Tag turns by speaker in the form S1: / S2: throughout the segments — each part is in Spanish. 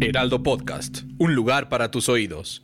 S1: Heraldo Podcast, un lugar para tus oídos.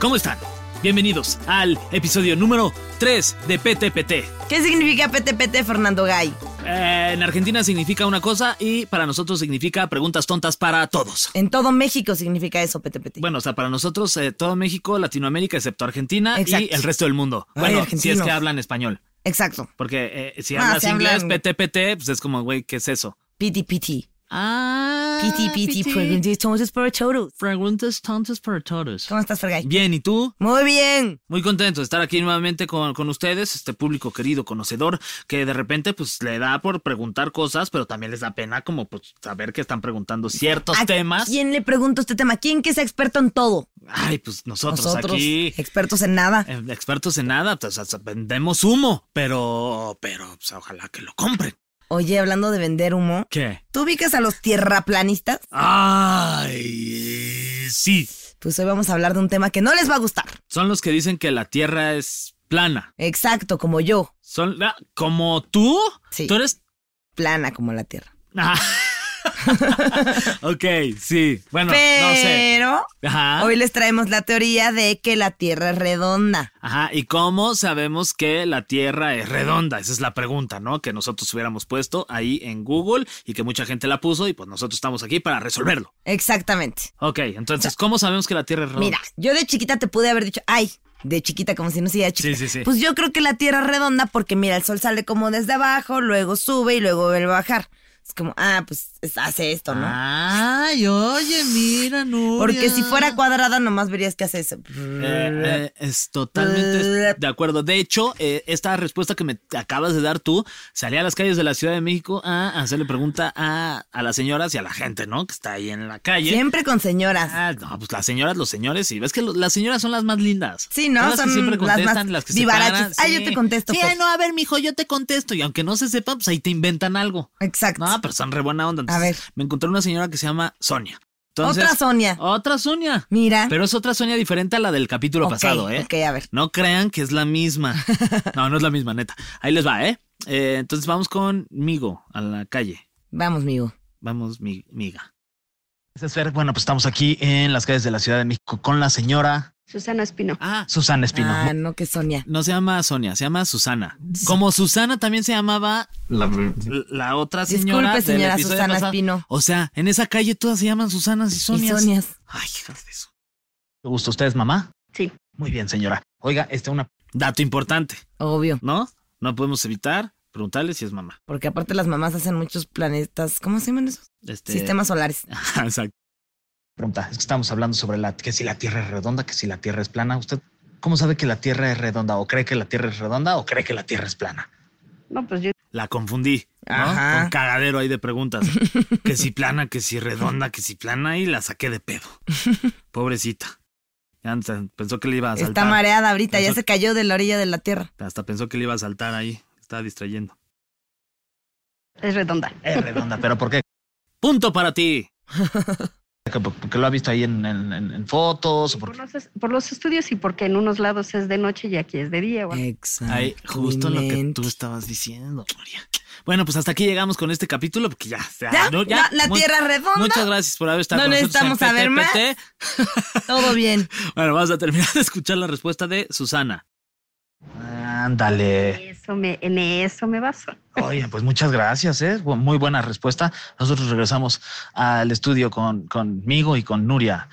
S2: ¿Cómo están? Bienvenidos al episodio número 3 de PTPT.
S3: ¿Qué significa PTPT, Fernando Gay?
S2: Eh, en Argentina significa una cosa y para nosotros significa preguntas tontas para todos.
S3: En todo México significa eso, PTPT.
S2: Bueno, o sea, para nosotros eh, todo México, Latinoamérica, excepto Argentina y
S3: Exacto.
S2: el resto del mundo.
S3: Ay,
S2: Bueno, si es
S3: argentinos.
S2: que hablan español.
S3: Exacto.
S2: Porque eh, si
S3: Ah,
S2: hablas
S3: si
S2: inglés,
S3: hablan-
S2: PTPT, pues es como, güey, ¿qué es eso?
S3: PTPT.
S2: Ah,
S3: PTPT, preguntas tontas para todos.
S2: preguntas tontas para todos.
S3: ¿Cómo estás, Fergay?
S2: Bien, ¿y tú?
S3: Muy bien.
S2: Muy contento de estar aquí nuevamente con, con ustedes, este público querido, conocedor, que de repente pues le da por preguntar cosas, pero también les da pena como pues saber que están preguntando ciertos
S3: ¿A
S2: temas.
S3: ¿Quién le pregunto este tema? ¿Quién que es experto en todo?
S2: Ay, pues nosotros, aquí,
S3: expertos en nada.
S2: eh, expertos en nada, pues o sea, vendemos humo, pero, pero pues, ojalá que lo compren.
S3: Oye, hablando de vender humo,
S2: ¿Qué?
S3: ¿tú ubicas a los tierraplanistas?
S2: Ay, eh, sí.
S3: Pues hoy vamos a hablar de un tema que no les va a gustar.
S2: Son los que dicen que la Tierra es plana.
S3: Exacto, como yo.
S2: Son la- como tú.
S3: Sí.
S2: Tú eres
S3: Plana como la tierra.
S2: Ah. ok, sí. Bueno, no sé. Ah.
S3: Pero
S2: Ajá.
S3: hoy les traemos la teoría de que la tierra es redonda.
S2: Ajá, ¿y cómo sabemos que la Tierra es redonda? Esa es la pregunta, ¿no? Que nosotros hubiéramos puesto ahí en Google y que mucha gente la puso y pues nosotros estamos aquí para resolverlo.
S3: Exactamente.
S2: Ok, entonces, ¿cómo sabemos que la Tierra es redonda?
S3: Mira, yo de chiquita te pude haber dicho, ay, de chiquita, como si no sea chiquita.
S2: Sí, sí, sí.
S3: Pues yo creo que la Tierra es redonda porque, mira, el sol sale como desde abajo, luego sube y luego vuelve a bajar. Es como, ah, pues es- hace esto, ¿no?
S2: Ah, Ay, oye, mira, no.
S3: porque si fuera cuadrada, nomás verías que hace eso.
S2: Eh, eh, es totalmente de acuerdo. De hecho, eh, esta respuesta que me acabas de dar tú, salí a las calles de la Ciudad de México a hacerle pregunta a, a las señoras y a la gente, ¿no? Que está ahí en la calle.
S3: Siempre con señoras.
S2: Ah, no, pues las señoras, los señores, y ves que lo- las señoras son las más lindas.
S3: Sí, ¿no?
S2: Son las
S3: Son
S2: que siempre
S3: las más
S2: contestan, las, que se
S3: vivaraches.
S2: paran,
S3: Ay, yo te contesto,
S2: Sí,
S3: pues.
S2: ay, no, a ver, mijo, yo te contesto. Y aunque no se sepa, pues ahí te inventan algo.
S3: Exacto.
S2: No, pero son re buena onda.
S3: A ver.
S2: Me encontré una señora que se llama Sonia. pues, Entonces-
S3: Otra Sonia.
S2: Otra Sonia.
S3: Mira.
S2: Pero es otra Sonia diferente a la del capítulo
S3: Ok,
S2: pasado, ¿eh?
S3: ok, a ver.
S2: No crean que es la misma. No, no es la misma, neta. Ahí les va, ¿eh? Eh, entonces vamos conmigo a la calle.
S3: Vamos, amigo.
S2: Vamos, mi, miga. Bueno, pues estamos aquí en las calles de la Ciudad de México con la señora
S4: Susana Espino.
S2: ah, Susana Espino.
S3: Ah, no, que Sonia.
S2: No se llama Sonia, se llama Susana. Como Susana también se llamaba la, la otra señora.
S3: Disculpe,
S2: del
S3: señora
S2: episodio
S3: Susana
S2: pasado.
S3: Espino.
S2: O sea, en esa calle todas se llaman Susanas y
S3: Y
S2: Sonias.
S3: Sonias.
S2: Ay, hijas de eso. ¿Te gusta usted, mamá?
S4: Sí.
S2: Muy bien, señora. Oiga, este una dato importante,
S3: Obvio.
S2: ¿no? No podemos evitar preguntarle si es mamá.
S3: Porque aparte las mamás hacen muchos planetas. ¿Cómo se llaman esos?
S2: Este
S3: Sistemas solares.
S2: Exacto.
S5: Pregunta, es que estamos hablando sobre la, que si la Tierra es redonda, que si la Tierra es plana. ¿Usted cómo sabe que la Tierra es redonda? ¿O cree que la Tierra es redonda o cree que la Tierra es plana?
S4: No, pues yo
S2: La confundí, ¿no?
S3: Ajá.
S2: Con cagadero ahí de preguntas. que si plana, que si redonda, que si plana y la saqué de pedo. Pobrecita. Ya hasta pensó que le iba a saltar.
S3: Está mareada ahorita, ya
S2: Pensó-
S3: se cayó de la orilla de la tierra.
S2: Hasta pensó que le iba a saltar ahí. Estaba distrayendo.
S4: es redonda.
S5: Es Eh, redonda, pero ¿por qué?
S2: Punto para ti.
S5: ¿Que- ¿Porque lo ha visto ahí en, en- en- en fotos? ¿O por
S4: Por
S5: qué?
S4: los, es- por los estudios y porque en unos lados es de noche y aquí es de día.
S3: Eh.
S4: bueno.
S3: Exacto.
S2: Ahí, justo lo que tú estabas diciendo, María. Bueno, pues hasta aquí llegamos con este capítulo, porque ya, ya,
S3: Ya,
S2: ¿no?
S3: ya, la
S2: Mu-
S3: tierra redonda.
S2: Muchas gracias por haber estado
S3: No
S2: con nosotros.
S3: necesitamos
S2: en
S3: saber más.
S2: PTPT.
S3: Todo bien.
S2: Bueno, vamos a terminar de escuchar la respuesta de Susana.
S5: Ándale.
S4: Eso me, en eso me baso.
S5: Oye, pues muchas gracias, ¿eh? Bu- Muy buena respuesta. Nosotros regresamos al estudio con, conmigo y con Nuria.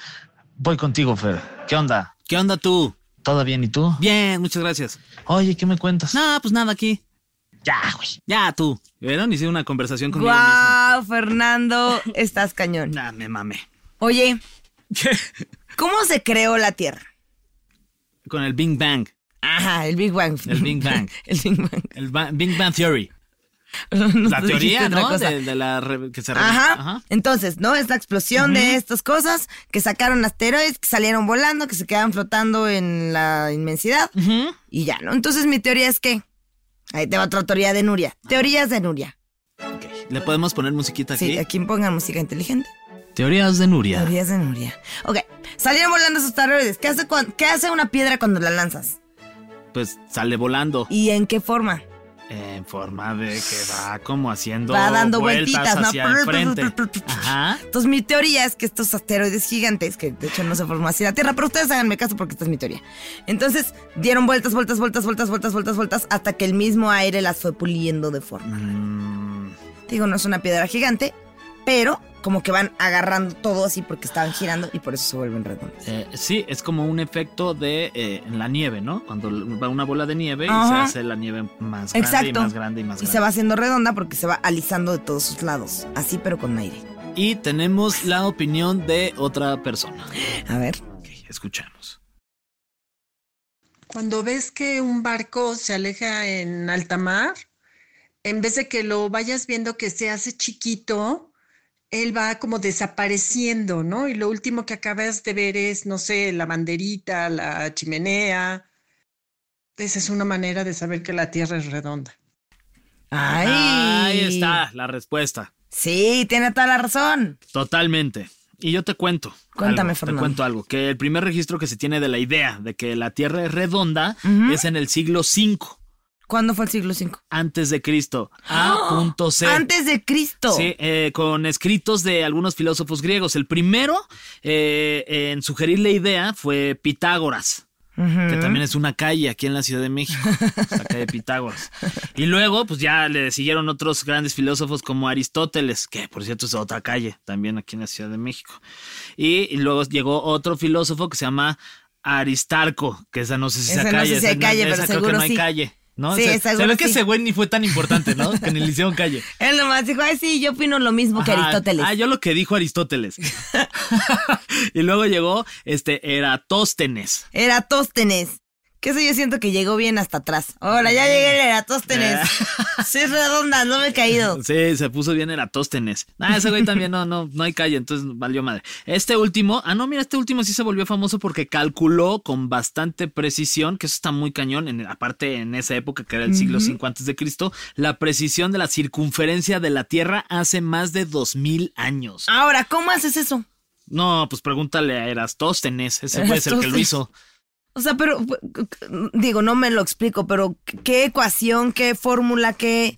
S5: Voy contigo, Fer. ¿Qué onda?
S2: ¿Qué onda tú?
S5: ¿Todo bien y tú?
S2: Bien, muchas gracias.
S5: Oye, ¿qué me cuentas?
S2: No, pues nada aquí.
S5: Ya, güey.
S2: Ya tú. ¿Vieron? Hice una conversación conmigo mismo.
S3: Guau, Fernando, estás cañón.
S2: Nah, me mamé.
S3: Oye, ¿cómo se creó la tierra?
S2: con el Big Bang.
S3: Ajá, el Big Bang.
S2: El Big Bang.
S3: el Big Bang.
S2: El Ba- Big Bang Theory.
S3: Nos
S2: La
S3: dijiste
S2: teoría,
S3: otra
S2: ¿no?
S3: cosa.
S2: De, de la re- que se re-
S3: Ajá. Entonces, ¿no? Es la explosión de estas cosas que sacaron asteroides, que salieron volando, que se quedan flotando en la inmensidad. Y ya, ¿no? Entonces, mi teoría es que. Ahí te va otra teoría de Nuria. Teorías de Nuria.
S2: Ok. Le podemos poner musiquita aquí.
S3: ¿Ah, Sí, aquí pongan música inteligente.
S2: Teorías de Nuria.
S3: Teorías de Nuria. Ok, salieron volando esos asteroides. ¿Qué hace, cuan- ¿Qué hace una piedra cuando la lanzas?
S2: Pues sale volando.
S3: ¿Y en qué forma?
S2: En forma de que va como haciendo.
S3: Va dando
S2: vueltas
S3: vueltitas, ¿no?
S2: hacia el frente. Ajá.
S3: Entonces mi teoría es que estos asteroides gigantes, que de hecho no se formó así la Tierra, pero ustedes háganme caso porque esta es mi teoría. Entonces dieron vueltas, vueltas, vueltas, vueltas, vueltas, vueltas, vueltas, hasta que el mismo aire las fue puliendo de forma.
S2: Mm.
S3: Digo, no es una piedra gigante, pero como que van agarrando todo así porque estaban girando y por eso se vuelven redondos.
S2: Eh, sí, es como un efecto de eh, en la nieve, ¿no? Cuando va una bola de nieve y se
S3: Ajá.
S2: hace la nieve más grande
S3: Exacto.
S2: y más grande y más
S3: Y
S2: grande.
S3: se va haciendo redonda porque se va alisando de todos sus lados, así pero con aire.
S2: Y tenemos la opinión de otra persona.
S3: A ver.
S2: Ok, escuchamos.
S6: Cuando ves que un barco se aleja en alta mar, en vez de que lo vayas viendo que se hace chiquito, él va como desapareciendo, ¿no? Y lo último que acabas de ver es, no sé, la banderita, la chimenea. Esa es una manera de saber que la Tierra es redonda.
S3: Ay.
S2: Ahí está la respuesta.
S3: Sí, tiene toda la razón.
S2: Totalmente. Y yo te cuento.
S3: Cuéntame,
S2: algo,
S3: Fernando.
S2: Te cuento algo. Que el primer registro que se tiene de la idea de que la Tierra es redonda es en el siglo V
S3: ¿Cuándo fue el siglo V?
S2: antes de Cristo. A.C.
S3: Ah, Antes de Cristo.
S2: Sí, eh, con escritos de algunos filósofos griegos. El primero eh, en sugerir la idea fue Pitágoras. Que también es una calle aquí en la Ciudad de México, la calle Pitágoras. Y luego, pues ya le siguieron otros grandes filósofos como Aristóteles, que por cierto es otra calle también aquí en la Ciudad de México. Y, y luego llegó otro filósofo que se llama Aristarco, Uh, que esa no sé si
S3: Esa
S2: se
S3: no
S2: calle.
S3: sé si hay
S2: esa
S3: calle,
S2: esa
S3: pero
S2: creo que
S3: seguro
S2: no hay
S3: sí.
S2: calle. ¿no?
S3: Sí,
S2: se,
S3: seguro
S2: se ve que
S3: sí.
S2: ese güey ni fue tan importante, ¿no? Que ni le hicieron calle.
S3: Él nomás dijo, ay, sí, yo opino lo mismo que
S2: Ajá.
S3: Aristóteles.
S2: Ah, yo lo que dijo Aristóteles. y luego llegó este Eratóstenes.
S3: Eratóstenes. Que eso yo siento que llegó bien hasta atrás. Ahora ya llegué el Eratóstenes. Soy redonda, no me he caído.
S2: Eh. Sí, se puso bien Eratóstenes. Ah, ese güey también no, no, no hay calle, entonces valió madre. Este último, ah, no, mira, este último sí se volvió famoso porque calculó con bastante precisión, que eso está muy cañón, en- aparte en esa época que era el siglo V antes de Cristo, la precisión de la circunferencia de la Tierra hace más de dos mil años.
S3: Ahora, ¿cómo haces eso?
S2: No, pues pregúntale a Eratóstenes, ese güey es el que lo
S3: Eratóstenes.
S2: hizo.
S3: O sea, pero digo, no me lo explico, pero qué ecuación, qué fórmula, qué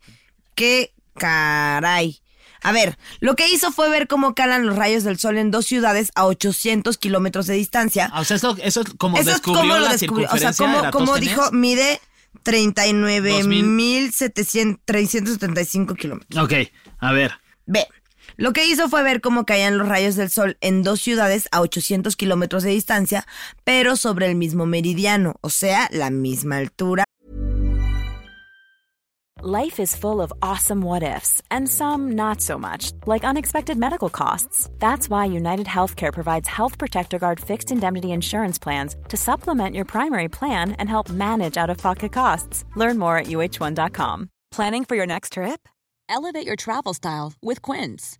S3: qué caray. A ver, lo que hizo fue ver cómo calan los rayos del sol en dos ciudades a 800 kilómetros de distancia.
S2: Ah, O sea, eso, eso es como
S3: Eso es
S2: descubrió
S3: como lo
S2: la
S3: descubrió. O sea,
S2: circunferencia de
S3: como, como
S2: Eratóstenes.
S3: dijo, mide 39.375 kilómetros.
S2: Ok, a ver.
S3: B. Lo que hizo fue ver cómo caían los rayos del sol en dos ciudades a 800 kilómetros de distancia, pero sobre el mismo meridiano, o sea, la misma altura.
S7: Life is full of awesome what ifs, and some not so much, like unexpected medical costs. That's why United Healthcare provides Health Protector Guard fixed indemnity insurance plans to supplement your primary plan and help manage out of pocket costs. Learn more at uh1.com. Planning for your next trip? Elevate your travel style with Quince.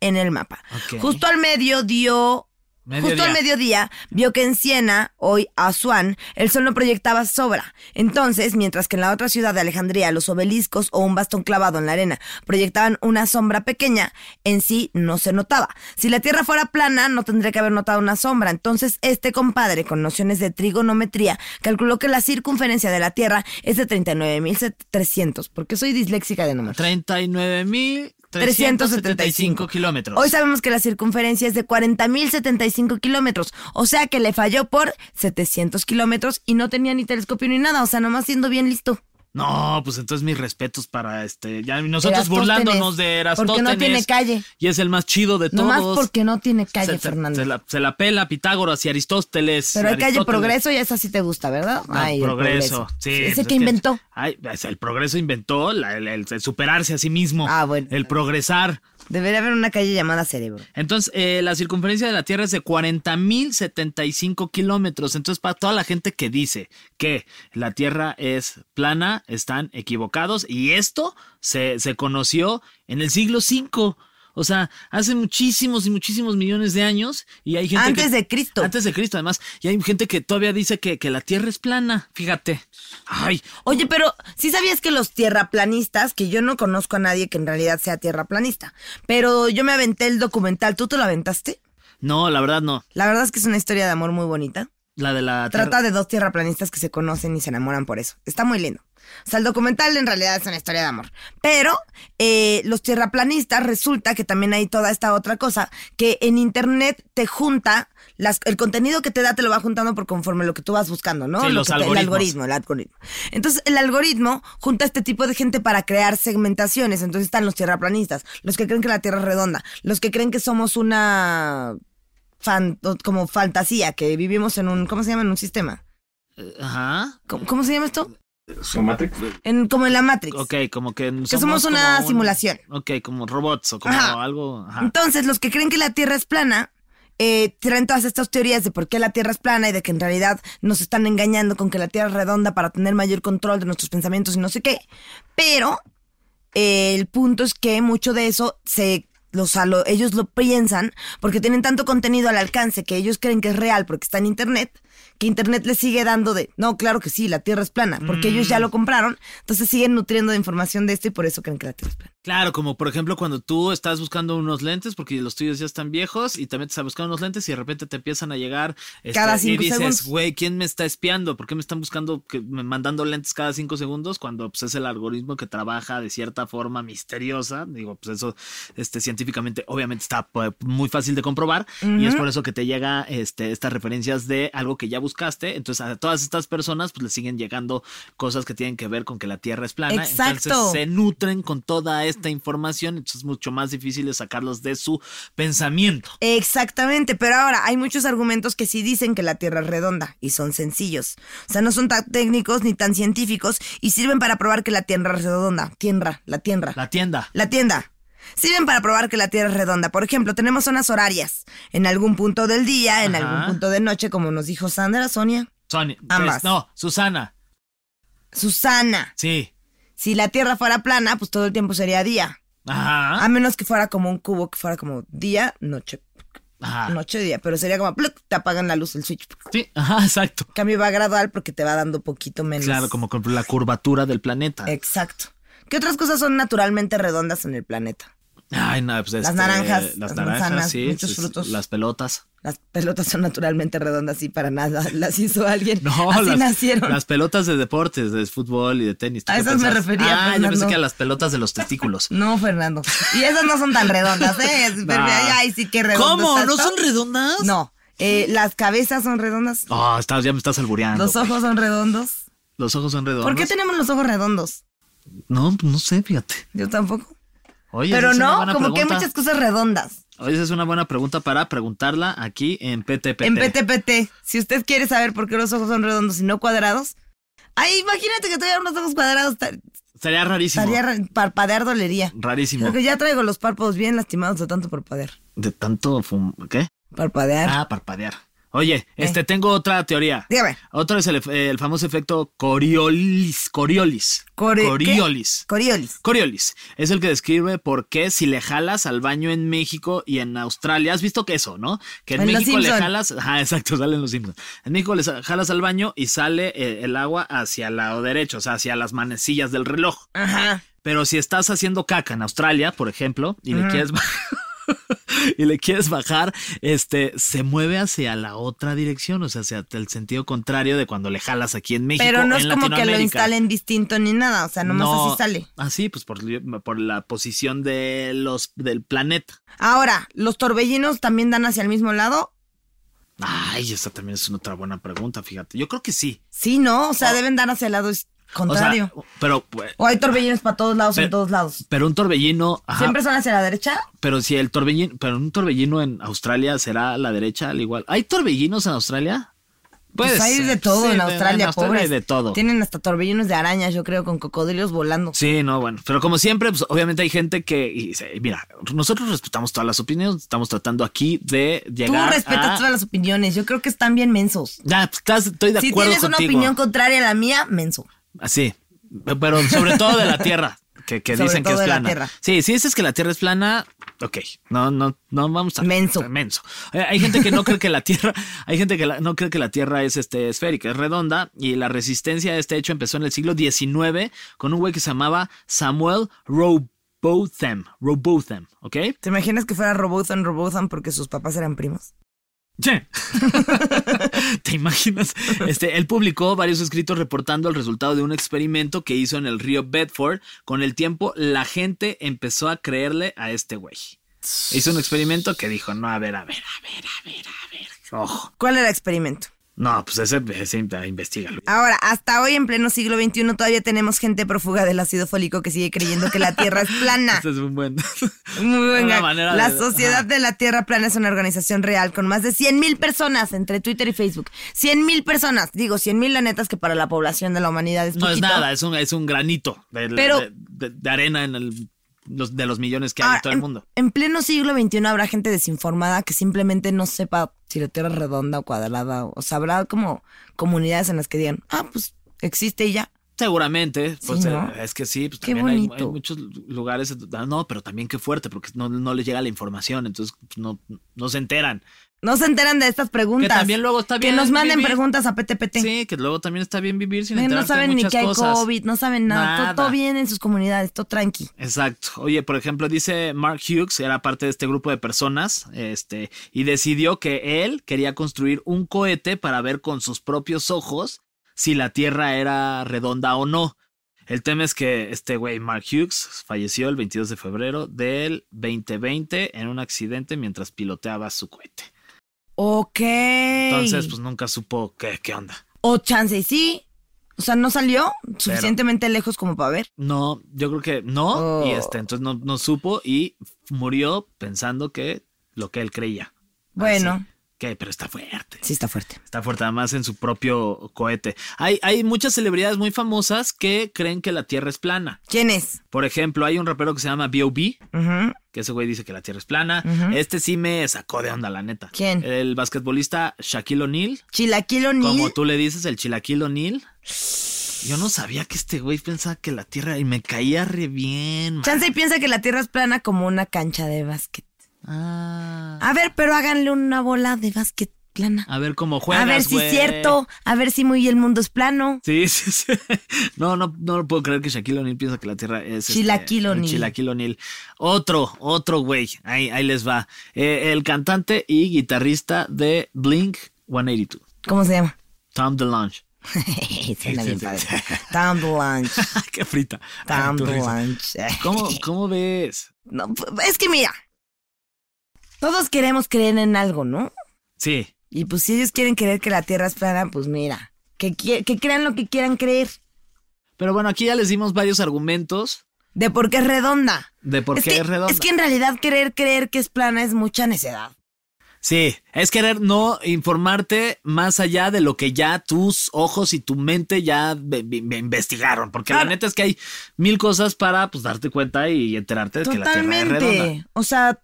S3: en el mapa.
S2: Ok.
S3: Justo al medio dio. Justo
S2: Mediodía.
S3: al mediodía vio que en Siena, hoy Asuán, el sol no proyectaba sobra. Entonces, mientras que en la otra ciudad de Alejandría los obeliscos o un bastón clavado en la arena proyectaban una sombra pequeña, en sí no se notaba. Si la tierra fuera plana, no tendría que haber notado una sombra. Entonces, este compadre, con nociones de trigonometría, calculó que la circunferencia de la tierra es de 39.300, porque soy disléxica de números.
S2: 39.300.
S3: 375
S2: 375 kilómetros.
S3: Hoy sabemos que la circunferencia es de 40.075 kilómetros, o sea que le falló por 700 kilómetros y no tenía ni telescopio ni nada, o sea, nomás siendo bien listo.
S2: No, pues entonces mis respetos para este. Ya nosotros
S3: Erastótenes,
S2: burlándonos de Erastótenes.
S3: porque no tiene calle.
S2: Y es el más chido de todos.
S3: Nomás porque no tiene calle,
S2: se, se-
S3: Fernando.
S2: Se la, se la pela Pitágoras y Aristóteles.
S3: Pero hay calle
S2: Aristóteles.
S3: Progreso y esa sí te gusta, ¿verdad?
S2: Ah,
S3: Ay, el
S2: progreso. Sí,
S3: Ese
S2: pues
S3: que
S2: es
S3: inventó.
S2: Ay, es el progreso inventó la- el, el- el superarse a sí mismo.
S3: Ah, bueno.
S2: El progresar.
S3: Debería haber una calle llamada Cerebro.
S2: Entonces, eh, la circunferencia de la Tierra es de 40.075 kilómetros. Entonces, para toda la gente que dice que la Tierra es plana, están equivocados. Y esto se, se conoció en el siglo V. O sea, hace muchísimos y muchísimos millones de años. Y hay gente
S3: Antes
S2: que-
S3: de Cristo.
S2: Antes de Cristo, además. Y hay gente que todavía dice que, que la Tierra es plana. Fíjate. Ay,
S3: Oye, pero sí sabías que los tierraplanistas, que yo no conozco a nadie que en realidad sea tierraplanista, pero yo me aventé el documental, ¿tú te lo aventaste?
S2: no, la verdad no.
S3: La verdad es que es una historia de amor muy bonita.
S2: La de la Tierra-
S3: Trata de dos tierraplanistas que se conocen y se enamoran por eso. Está muy lindo. O sea, el documental en realidad es una historia de amor. Pero eh, los tierraplanistas resulta que también hay toda esta otra cosa, que en internet te junta, las, el contenido que te da te lo va juntando por conforme lo que tú vas buscando, ¿no?
S2: Sí,
S3: Lo
S2: los
S3: que te- el
S2: algoritmos.
S3: algoritmo, el algoritmo. Entonces, el algoritmo junta a este tipo de gente para crear segmentaciones. Entonces están los tierraplanistas, los que creen que la Tierra es redonda, los que creen que somos una... fan- como fantasía, que vivimos en un, ¿cómo se llama? En un sistema.
S2: Ajá.
S3: ¿Cómo, cómo se llama esto? En, como en la Matrix.
S2: Ok, como que somos,
S3: Que somos una
S2: como un-
S3: simulación.
S2: Ok, como robots o como
S3: Ajá.
S2: algo. ajá.
S3: Entonces, los que creen que la Tierra es plana, eh, traen todas estas teorías de por qué la Tierra es plana y de que en realidad nos están engañando con que la Tierra es redonda para tener mayor control de nuestros pensamientos y no sé qué. Pero eh, el punto es que mucho de eso se... Los, a lo- ellos lo piensan porque tienen tanto contenido al alcance que ellos creen que es real porque está en internet, que internet les sigue dando de, no, claro que sí, la Tierra es plana, porque ellos ya lo compraron, entonces siguen nutriendo de información de esto y por eso creen que la Tierra es plana.
S2: Claro, como por ejemplo cuando tú estás buscando unos lentes porque los tuyos ya están viejos y también te estás buscando unos lentes y de repente te empiezan a llegar este,
S3: Cada cinco
S2: y
S3: segundos.
S2: dices, güey, ¿quién me está espiando? ¿Por qué me están buscando, que, me- mandando lentes cada cinco segundos cuando pues, es el algoritmo que trabaja de cierta forma misteriosa? Digo, pues eso este, científicamente obviamente está pues, muy fácil de comprobar y es por eso que te llega este, estas referencias de algo que ya buscaste. Entonces a todas estas personas pues le siguen llegando cosas que tienen que ver con que la Tierra es plana.
S3: Exacto.
S2: Entonces se nutren con toda esta información, entonces es mucho más difícil sacarlos de su pensamiento.
S3: Exactamente, pero ahora hay muchos argumentos que sí dicen que la Tierra es redonda y son sencillos. O sea, no son tan técnicos ni tan científicos y sirven para probar que la Tierra es redonda. Tierra, la Tierra.
S2: La tienda.
S3: La tienda. Sirven para probar que la Tierra es redonda. Por ejemplo, tenemos zonas horarias. En algún punto del día, en
S2: Ajá.
S3: algún punto de noche, como nos dijo Sandra, Sonia,
S2: Sonia. ¿qué
S3: Ambas.
S2: es? pues, No, Susana.
S3: Susana.
S2: Sí.
S3: Si la Tierra fuera plana, pues todo el tiempo sería día. A
S2: Ajá.
S3: menos que fuera como un cubo, que fuera como día, noche,
S2: Ajá.
S3: noche, día. Pero sería como, ¡pluc! te apagan la luz, el switch.
S2: Sí, ajá, exacto.
S3: cambio va gradual porque te va dando poquito menos.
S2: Claro, como con la curvatura del planeta.
S3: Eh, Exacto. ¿Qué otras cosas son naturalmente redondas en el planeta?
S2: Ay, no, pues
S3: Las
S2: este,
S3: naranjas, las
S2: las naranjas,
S3: manzanas,
S2: sí,
S3: muchos
S2: sí, sí,
S3: frutos.
S2: Las pelotas.
S3: Las pelotas son naturalmente redondas y para nada las hizo alguien.
S2: No,
S3: Así
S2: las,
S3: nacieron.
S2: las pelotas de deportes, de fútbol y de tenis. ¿Tú
S3: A
S2: qué
S3: esas me
S2: pensabas?
S3: refería,
S2: Ah, yo
S3: Fernando.
S2: pensé que a las pelotas de los testículos.
S3: No, Fernando. Y esas no son tan redondas, ¿eh? Es- pero-
S2: Nah.
S3: Ay, sí que redondas.
S2: ¿Cómo? ¿No
S3: ¿tanto?
S2: son redondas?
S3: No. Eh, las cabezas son redondas.
S2: Ah, estás- ya me estás albureando.
S3: Los
S2: güey.
S3: ojos son redondos.
S2: Los ojos son redondos.
S3: ¿Por qué tenemos los ojos redondos?
S2: No, no sé, fíjate.
S3: Yo tampoco.
S2: Oye,
S3: Pero
S2: esa es una
S3: no,
S2: buena
S3: como que hay
S2: pregunta.
S3: muchas cosas redondas.
S2: Oye, esa es una buena pregunta para preguntarla aquí en PTPT.
S3: En PTPT. Si usted quiere saber por qué los ojos son redondos y no cuadrados. Ay, imagínate que tuviera unos ojos cuadrados. ta-
S2: Estaría rarísimo.
S3: Estaría ra- parpadear dolería.
S2: Rarísimo.
S3: Porque ya traigo los párpados bien lastimados de tanto parpadear.
S2: De tanto fum... ¿Qué?
S3: Parpadear.
S2: Ah, parpadear. Oye, este, tengo otra teoría.
S3: Dígame.
S2: Otro es el, ef- el famoso efecto Coriolis. Coriolis.
S3: Core-
S2: Coriolis.
S3: ¿qué? Coriolis.
S2: Coriolis es el que describe por qué si le jalas al baño en México y en Australia, has visto que eso, ¿no? Que en,
S3: En Los
S2: México le
S3: Simpson.
S2: jalas, ajá, exacto, salen los Simpsons. En México le sa- jalas al baño y sale eh, el agua hacia el lado derecho, o sea, hacia las manecillas del reloj.
S3: Ajá.
S2: Pero si estás haciendo caca en Australia, por ejemplo, y le quieres ba- y le quieres bajar, este, se mueve hacia la otra dirección, o sea, hacia el sentido contrario de cuando le jalas aquí en México.
S3: Pero no
S2: o
S3: es
S2: en
S3: como que lo
S2: Latinoamérica.
S3: instalen distinto ni nada, o sea, nomás así sale.
S2: Así, pues por, por la posición de los, del planeta.
S3: Ahora, ¿los torbellinos también dan hacia el mismo lado?
S2: Ay, esa también es una otra buena pregunta, fíjate. Yo creo que sí.
S3: Sí, ¿no? O sea, deben dar hacia el lado es-
S2: O sea,
S3: contrario. O,
S2: pero, pues,
S3: hay torbellinos para todos lados, en
S2: Pero-
S3: todos lados.
S2: pero un torbellino. ajá,
S3: ¿Siempre son hacia la derecha?
S2: Pero si el torbellino, pero un torbellino en Australia será a la derecha al igual. ¿Hay torbellinos en Australia?
S3: Pues hay
S2: ser.
S3: de todo
S2: Sí,
S3: en Australia, pobres.
S2: hay de todo.
S3: Tienen hasta torbellinos de arañas, yo creo, con cocodrilos volando.
S2: Sí, no, bueno, pero como siempre, pues obviamente hay gente que, y se- mira, nosotros respetamos todas las opiniones, estamos tratando aquí de
S3: Tú
S2: llegar
S3: respetas
S2: a...
S3: todas las opiniones, yo creo que están bien mensos.
S2: Ya, pues, estás- estoy de
S3: Si
S2: acuerdo
S3: tienes una
S2: contigo.
S3: opinión contraria a la mía, menso.
S2: Así, pero sobre todo de la Tierra, que, que
S3: Sobre
S2: dicen que
S3: todo
S2: es
S3: de la
S2: plana.
S3: Tierra.
S2: Sí, si dices que la Tierra es plana, ok, no, no, no vamos a...
S3: Menso.
S2: Menso. Eh, Hay gente que no cree que la Tierra, hay gente que la- no cree que la Tierra es este, esférica, es redonda, y la resistencia a este hecho empezó en el siglo XIX con un güey que se llamaba Samuel Robotham, Robotham, ¿ok?
S3: ¿Te imaginas que fuera Robotham, Robotham porque sus papás eran primos?
S2: Sí. ¿Te imaginas? Este, él publicó varios escritos reportando el resultado de un experimento que hizo en el río Bedford. Con el tiempo, la gente empezó a creerle a este güey. Hizo un experimento que dijo, no, a ver, a ver, a ver, a ver, a ver. Ojo.
S3: ¿Cuál era el experimento?
S2: No, pues ese, ese investigalo.
S3: Ahora, hasta hoy en pleno siglo XXI todavía tenemos gente prófuga del ácido fólico que sigue creyendo que la Tierra es plana.
S2: Ese Este es un buen...
S3: Muy buen
S2: Una
S3: gag.
S2: manera
S3: La
S2: de-
S3: Sociedad
S2: ajá.
S3: de la Tierra Plana es una organización real con más de 100 mil personas entre Twitter y Facebook. 100 mil personas. Digo, 100 mil la neta es que para la población de la humanidad es
S2: No es
S3: poquito.
S2: nada, es un, es un granito de,
S3: Pero-
S2: de- de- de arena en el- los, de los millones que hay
S3: Ahora,
S2: en todo
S3: en-
S2: el mundo.
S3: En, pleno siglo XXI habrá gente desinformada que simplemente no sepa si la Tierra es redonda o cuadrada. O sea, habrá como comunidades en las que digan, ah, pues existe y ya.
S2: Seguramente, pues
S3: Sí,
S2: eh,
S3: ¿no?
S2: es que sí, pues
S3: Qué
S2: también hay- hay,
S3: bonito.
S2: muchos lugares, donde- ah, no, pero también qué fuerte, porque no, no les llega la información, entonces pues, no, no se enteran.
S3: No se enteran de estas preguntas.
S2: también luego está bien
S3: Que nos manden
S2: vivir.
S3: preguntas a PTPT.
S2: Sí, que luego también está bien vivir sin
S3: Ay,
S2: enterarte
S3: Eh, no
S2: de
S3: saben ni
S2: muchas
S3: que hay
S2: cosas.
S3: COVID, no saben nada. Todo-
S2: Nada.
S3: Todo, bien en sus comunidades, todo tranqui.
S2: Exacto. Oye, por ejemplo, dice Mark Hughes, era parte de este grupo de personas, este, y decidió que él quería construir un cohete para ver con sus propios ojos si la Tierra era redonda o no. El tema es que este güey, Mark Hughes, falleció el 22 de febrero del 2020 en un accidente mientras piloteaba su cohete.
S3: Ok.
S2: Entonces, pues nunca supo qué, qué onda.
S3: O chance y sí. O sea, no salió suficientemente lejos como para ver.
S2: No, yo creo que no. Y
S3: Oh.
S2: este, entonces no, no supo y murió pensando que lo que él creía.
S3: Bueno.
S2: Así Que, pero está fuerte.
S3: Sí, está fuerte.
S2: Está fuerte, además en su propio cohete. Hay, hay muchas celebridades muy famosas que creen que la Tierra es plana.
S3: ¿Quién es?
S2: Por ejemplo, hay un rapero que se llama B.O.B.,
S3: Ujú.
S2: que ese güey dice que la Tierra es plana. Este sí me sacó de onda, la neta.
S3: ¿Quién?
S2: El basquetbolista Shaquille O'Neal.
S3: Chilaquil O'Neal.
S2: Como tú le dices, el chilaquil O'Neal. Yo no sabía que este güey pensaba que la Tierra y me caía re bien. man.
S3: Chance y piensa que la tierra es plana como una cancha de básquet.
S2: Ah.
S3: A ver, pero háganle una bola de básquet plana.
S2: A ver cómo juegas,
S3: a ver si
S2: güey.
S3: es cierto. A ver si muy el mundo es plano.
S2: Sí, sí, sí. No, no, no lo puedo creer que Shaquille O'Neal piensa que la Tierra es... este,
S3: Chilaquil
S2: un
S3: O'Neal.
S2: Chilaquil O'Neal. Otro, otro güey. Ahí, ahí les va. Eh, el cantante y guitarrista de Blink 182.
S3: ¿Cómo se llama?
S2: Tom DeLonge.
S3: Suena bien padre. Tom Blanche.
S2: ¡Qué frita!
S3: Tom
S2: Ay, tu risa.
S3: Blanche.
S2: ¿Cómo, ¿Cómo ves?
S3: No, pues, es que mira, todos queremos creer en algo, ¿no?
S2: Sí,
S3: Y pues si ellos quieren creer que la Tierra es plana, pues mira, que, qui- que crean lo que quieran creer.
S2: Pero bueno, aquí ya les dimos varios argumentos
S3: De por qué es redonda.
S2: de por
S3: es
S2: qué
S3: que,
S2: es redonda.
S3: Es que en realidad querer creer que es plana es mucha necedad.
S2: Sí, es querer no informarte más allá de lo que ya tus ojos y tu mente ya ve- ve- ve- investigaron. Porque
S3: Claro.
S2: la neta es que hay mil cosas para pues darte cuenta y enterarte de que la Tierra es redonda.
S3: Totalmente. O sea,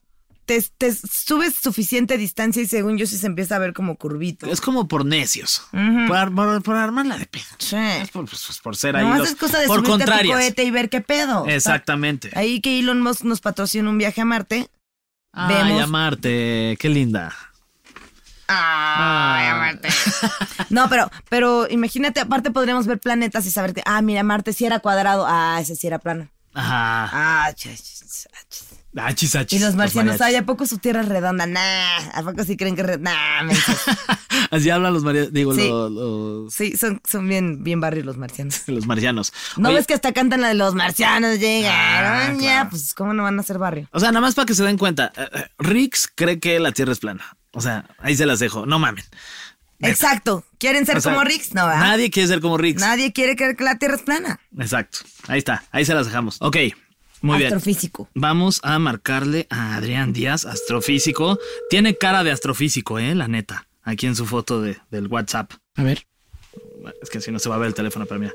S3: te, te subes suficiente distancia y según yo sí se empieza a ver como curvito.
S2: Es como por necios.
S3: Ujú.
S2: por, ar- por- por armarla de pedo.
S3: Sí.
S2: Es por, pues, por ser ahí.
S3: Nomás
S2: los-
S3: es cosa de
S2: por
S3: subirte a tu
S2: contrarias.
S3: cohete y ver qué pedo.
S2: Exactamente.
S3: Ahí que Elon Musk nos patrocina un viaje a Marte.
S2: Ay,
S3: vemos-
S2: amarte. Qué linda.
S3: Ay, No, pero, pero imagínate, aparte podríamos ver planetas y saber que, ah, mira, Marte sí era cuadrado, ah, ese sí era plano.
S2: Ajá.
S3: Ah, ch- ch- ch- ch-
S2: Achis, achis.
S3: Y los marcianos, ay,
S2: mariachis.
S3: ¿a poco su tierra es redonda? Nah, ¿a poco sí creen que es redonda? Nah, mensos.
S2: Así hablan los mariachis. Digo,
S3: Sí.
S2: lo- los,
S3: sí, son, son bien, bien barrios los marcianos.
S2: los marcianos.
S3: ¿No
S2: Oye,
S3: ves que hasta cantan la de los marcianos llegaron
S2: Ah,
S3: ya?
S2: claro.
S3: Pues, ¿cómo no van a ser barrio?
S2: O sea, nada más para que se den cuenta. eh, eh, Rix cree que la Tierra es plana. O sea, ahí se las dejo. No mamen.
S3: Exacto. ¿Quieren ser
S2: O sea,
S3: como Rix? No, ¿verdad?
S2: Nadie quiere ser como Rix.
S3: Nadie quiere creer que la tierra es plana.
S2: Exacto. Ahí está. Ahí se las dejamos. Ok. Muy bien.
S3: Astrofísico.
S2: Vamos a marcarle a Adrián Díaz, astrofísico. Tiene cara de astrofísico, ¿eh? La neta. Aquí en su foto de- del WhatsApp.
S7: A ver.
S2: Es que si no se va a ver el teléfono, pero mira.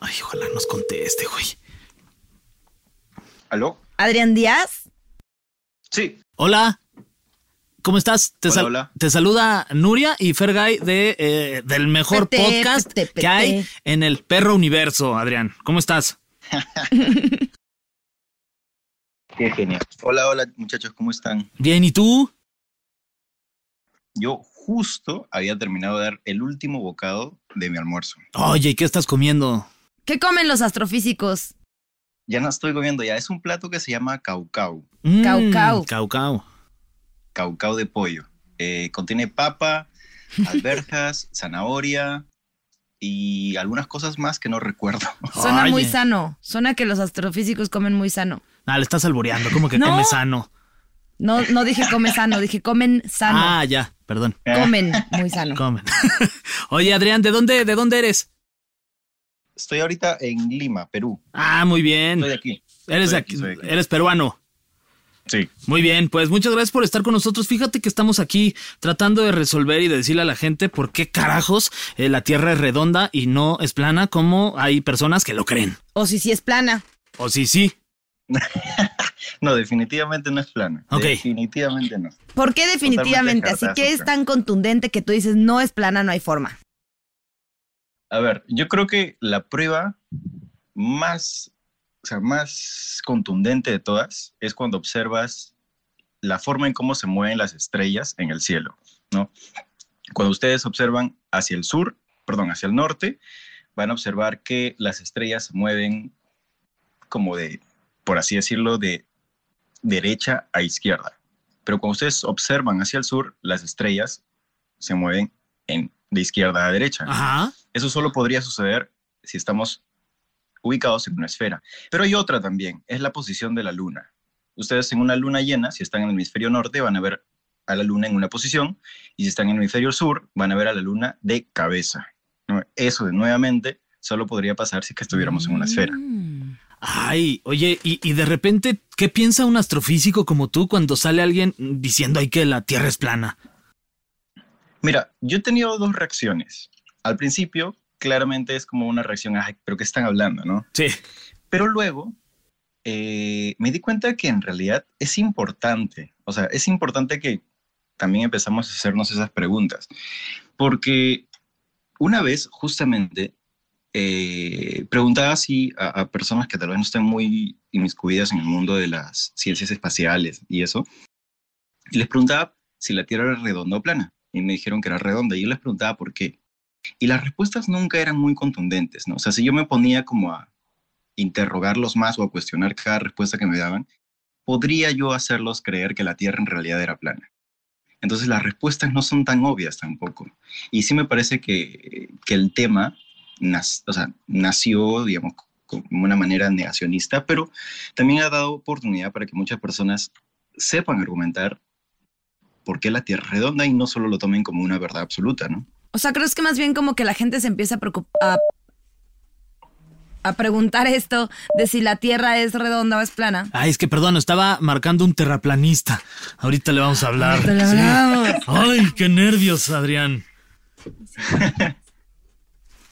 S2: Ay, ojalá nos conteste, güey.
S8: ¿Aló?
S3: Adrián Díaz.
S8: Sí.
S2: Hola. ¿Cómo estás? Te,
S8: Hola,
S2: sal-
S8: hola.
S2: te saluda Nuria y Fergay de, eh, del mejor
S3: Pete,
S2: podcast
S3: pete, pete.
S2: que hay en el perro universo, Adrián. ¿Cómo estás?
S8: Qué genial. Hola, hola, muchachos, ¿cómo están?
S2: Bien, ¿y tú?
S8: Yo justo había terminado de dar el último bocado de mi almuerzo.
S2: Oye, ¿y ¿qué estás comiendo?
S3: ¿Qué comen los astrofísicos?
S8: Ya no estoy comiendo, ya es un plato que se llama caucau,
S2: Mm,
S3: Caucau.
S2: Caucau.
S8: caucau de pollo. Eh, contiene papa, alberjas, zanahoria y algunas cosas más que no recuerdo.
S3: Suena muy
S2: Oye.
S3: sano. Suena que los astrofísicos comen muy sano.
S2: Ah, le estás alboreando, como que
S3: No.
S2: come sano.
S3: No, no dije come sano, dije comen sano.
S2: Ah, ya, perdón.
S3: Comen muy sano.
S2: Comen. Oye, Adrián, ¿de dónde, ¿de dónde eres?
S8: Estoy ahorita en Lima, Perú.
S2: Ah, muy bien.
S8: Estoy de aquí.
S2: Eres,
S8: Estoy
S2: de
S8: aquí,
S2: aquí-
S8: estoy aquí.
S2: eres peruano.
S8: Sí.
S2: Muy bien, pues muchas gracias por estar con nosotros. Fíjate que estamos aquí tratando de resolver y de decirle a la gente por qué carajos eh, la Tierra es redonda y no es plana, como hay personas que lo creen.
S3: O si sí es plana.
S2: O sí, sí.
S8: No, definitivamente no es plano.
S2: Ok.
S8: Definitivamente no.
S3: ¿Por qué definitivamente?
S8: Totalmente
S3: Así
S8: cartazo,
S3: que es
S8: creo.
S3: tan contundente que tú dices no es plana, no hay forma.
S8: A ver, yo creo que la prueba más, o sea, más contundente de todas es cuando observas la forma en cómo se mueven las estrellas en el cielo, ¿no? Cuando ustedes observan hacia el sur, perdón, hacia el norte, van a observar que las estrellas se mueven como de, por así decirlo, de derecha a izquierda. Pero cuando ustedes observan hacia el sur, las estrellas se mueven en, de izquierda a derecha.
S2: Ajá.
S8: Eso solo podría suceder si estamos ubicados en una esfera. Pero hay otra también, es la posición de la luna. Ustedes en una luna llena, si están en el hemisferio norte, van a ver a la luna en una posición, y si están en el hemisferio sur, van a ver a la luna de cabeza. ¿no? Eso de nuevamente solo podría pasar si es que estuviéramos en una esfera.
S2: Ay, oye, y, y de repente, ¿qué piensa un astrofísico como tú cuando sale alguien diciendo ay que la Tierra es plana?
S8: Mira, yo he tenido dos reacciones. Al principio, claramente es como una reacción, ay, pero ¿qué están hablando, no?
S2: Sí.
S8: Pero luego eh, me di cuenta que en realidad es importante, o sea, es importante que también empezamos a hacernos esas preguntas, porque una vez justamente eh, preguntaba así a, a personas que tal vez no estén muy inmiscuidas en el mundo de las ciencias espaciales y eso, y les preguntaba si la Tierra era redonda o plana, y me dijeron que era redonda, y yo les preguntaba por qué. Y las respuestas nunca eran muy contundentes, ¿no? O sea, si yo me ponía como a interrogarlos más o a cuestionar cada respuesta que me daban, podría yo hacerlos creer que la Tierra en realidad era plana. Entonces las respuestas no son tan obvias tampoco. Y sí me parece que, que el tema nas- o sea, nació, digamos, como una manera negacionista, pero también ha dado oportunidad para que muchas personas sepan argumentar por qué la Tierra es redonda y no solo lo tomen como una verdad absoluta, ¿no?
S3: O sea, ¿crees que más bien como que la gente se empieza a preocupar a preguntar esto de si la Tierra es redonda o es plana?
S2: Ay, es que perdón, estaba marcando un terraplanista. Ahorita le vamos a hablar.
S3: Te lo
S2: Ah, Sí.
S3: hablamos.
S2: Ay, qué nervios, Adrián.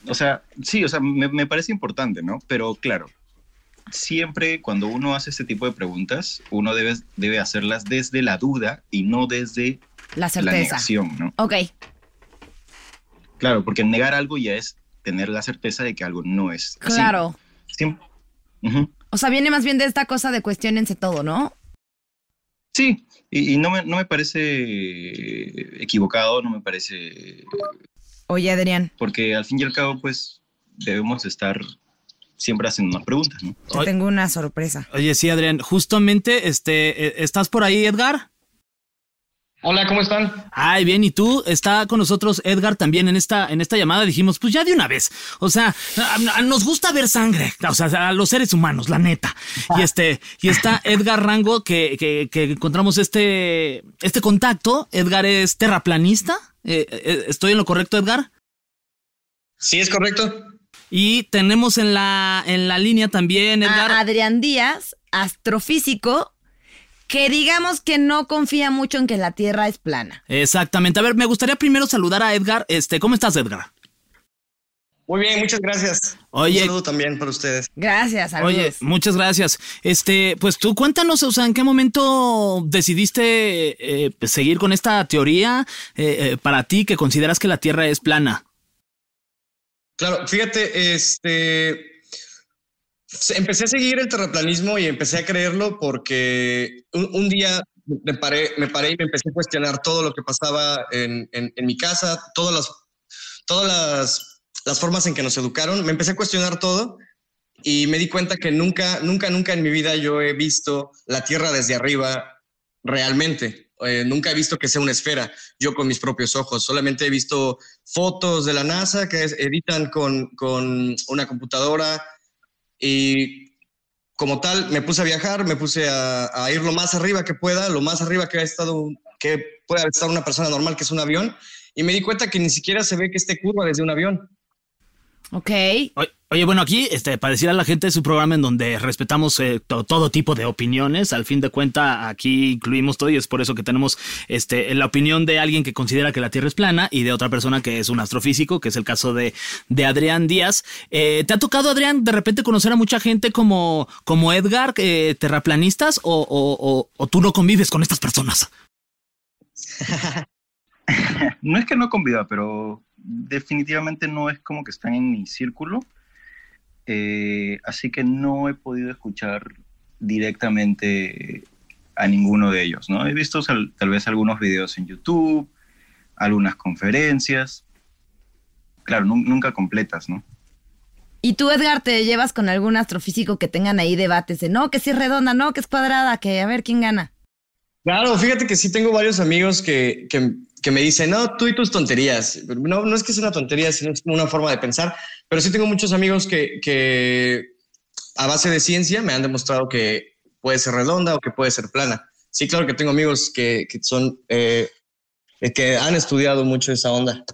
S8: O sea, sí, o sea, me, me parece importante, ¿no? Pero claro, siempre cuando uno hace este tipo de preguntas, uno debe, debe hacerlas desde la duda y no desde
S3: La
S8: la
S3: certeza.
S8: negación, ¿no?
S3: Ok,
S8: Claro, porque negar algo ya es tener la certeza de que algo no es. así.
S3: claro.
S8: Siem- Ujú.
S3: O sea, viene más bien de esta cosa de cuestionense todo, ¿no?
S8: Sí, y, y no, me, no me parece equivocado, no me parece
S3: Oye, Adrián,
S8: porque al fin y al cabo, pues debemos estar siempre hacen unas preguntas, ¿no?
S9: Yo tengo una sorpresa.
S2: Oye, sí, Adrián, justamente, este, eh, ¿estás por ahí, Edgar?
S7: Hola, ¿cómo están?
S2: Ay, bien, y tú, está con nosotros Edgar también en esta, en esta llamada. Dijimos, pues ya de una vez. O sea, a- a- nos gusta ver sangre, o sea, a los seres humanos, la neta. Y este, y está Edgar Rango, que, que- que encontramos este, este contacto. Edgar es terraplanista. Eh, eh, ¿Estoy en lo correcto, Edgar?
S7: Sí, es correcto.
S2: Y tenemos en la, en la línea también, Edgar.
S3: a Adrián Díaz, astrofísico, que digamos que no confía mucho en que la Tierra es plana.
S2: Exactamente. A ver, me gustaría primero saludar a Edgar. Este, ¿cómo estás, Edgar?
S7: Muy bien, muchas gracias.
S2: Oye.
S7: Un saludo también para ustedes.
S3: Gracias, saludos.
S2: Oye, muchas gracias. Este, pues tú cuéntanos, o sea, ¿en qué momento decidiste eh, pues, seguir con esta teoría eh, eh, para ti que consideras que la Tierra es plana?
S7: Claro, fíjate, este. Empecé a seguir el terraplanismo y empecé a creerlo porque un, un día me paré, me paré y me empecé a cuestionar todo lo que pasaba en, en- en mi casa, todas las, todas las, las formas en que nos educaron. Me empecé a cuestionar todo y me di cuenta que nunca, nunca, nunca en mi vida yo he visto la Tierra desde arriba realmente. Eh, nunca he visto que sea una esfera, yo con mis propios ojos. Solamente he visto fotos de la NASA que es- editan con, con una computadora y como tal me puse a viajar, me puse a, a ir lo más arriba que pueda, lo más arriba que, ha estado, un- que pueda estar una persona normal, que es un avión, y me di cuenta que ni siquiera se ve que esté curva desde un avión.
S3: Ok.
S2: Oye, oye, bueno, aquí, este, para decir a la gente, es un programa en donde respetamos eh, to- todo tipo de opiniones. Al fin de cuenta, aquí incluimos todo y es por eso que tenemos este, la opinión de alguien que considera que la Tierra es plana y de otra persona que es un astrofísico, que es el caso de, de Adrián Díaz. Eh, ¿Te ha tocado, Adrián, de repente conocer a mucha gente como, como Edgar, eh, terraplanistas, o, o- o- o tú no convives con estas personas?
S8: No es que no conviva, pero definitivamente no es como que están en mi círculo. Eh, así que no he podido escuchar directamente a ninguno de ellos, ¿no? He visto sal- tal vez algunos videos en YouTube, algunas conferencias. Claro, nu- nunca completas, ¿no?
S3: ¿Y tú, Edgar, te llevas con algún astrofísico que tengan ahí debates de no, que sí es redonda, no, que es cuadrada, que a ver quién gana?
S7: Claro, fíjate que sí tengo varios amigos que, que- que me dicen, no, tú y tus tonterías. No, no es que sea una tontería, sino es como una forma de pensar, pero sí tengo muchos amigos que, que a base de ciencia me han demostrado que puede ser redonda o que puede ser plana. Sí, claro que tengo amigos que, que son, eh, eh, que han estudiado mucho esa onda.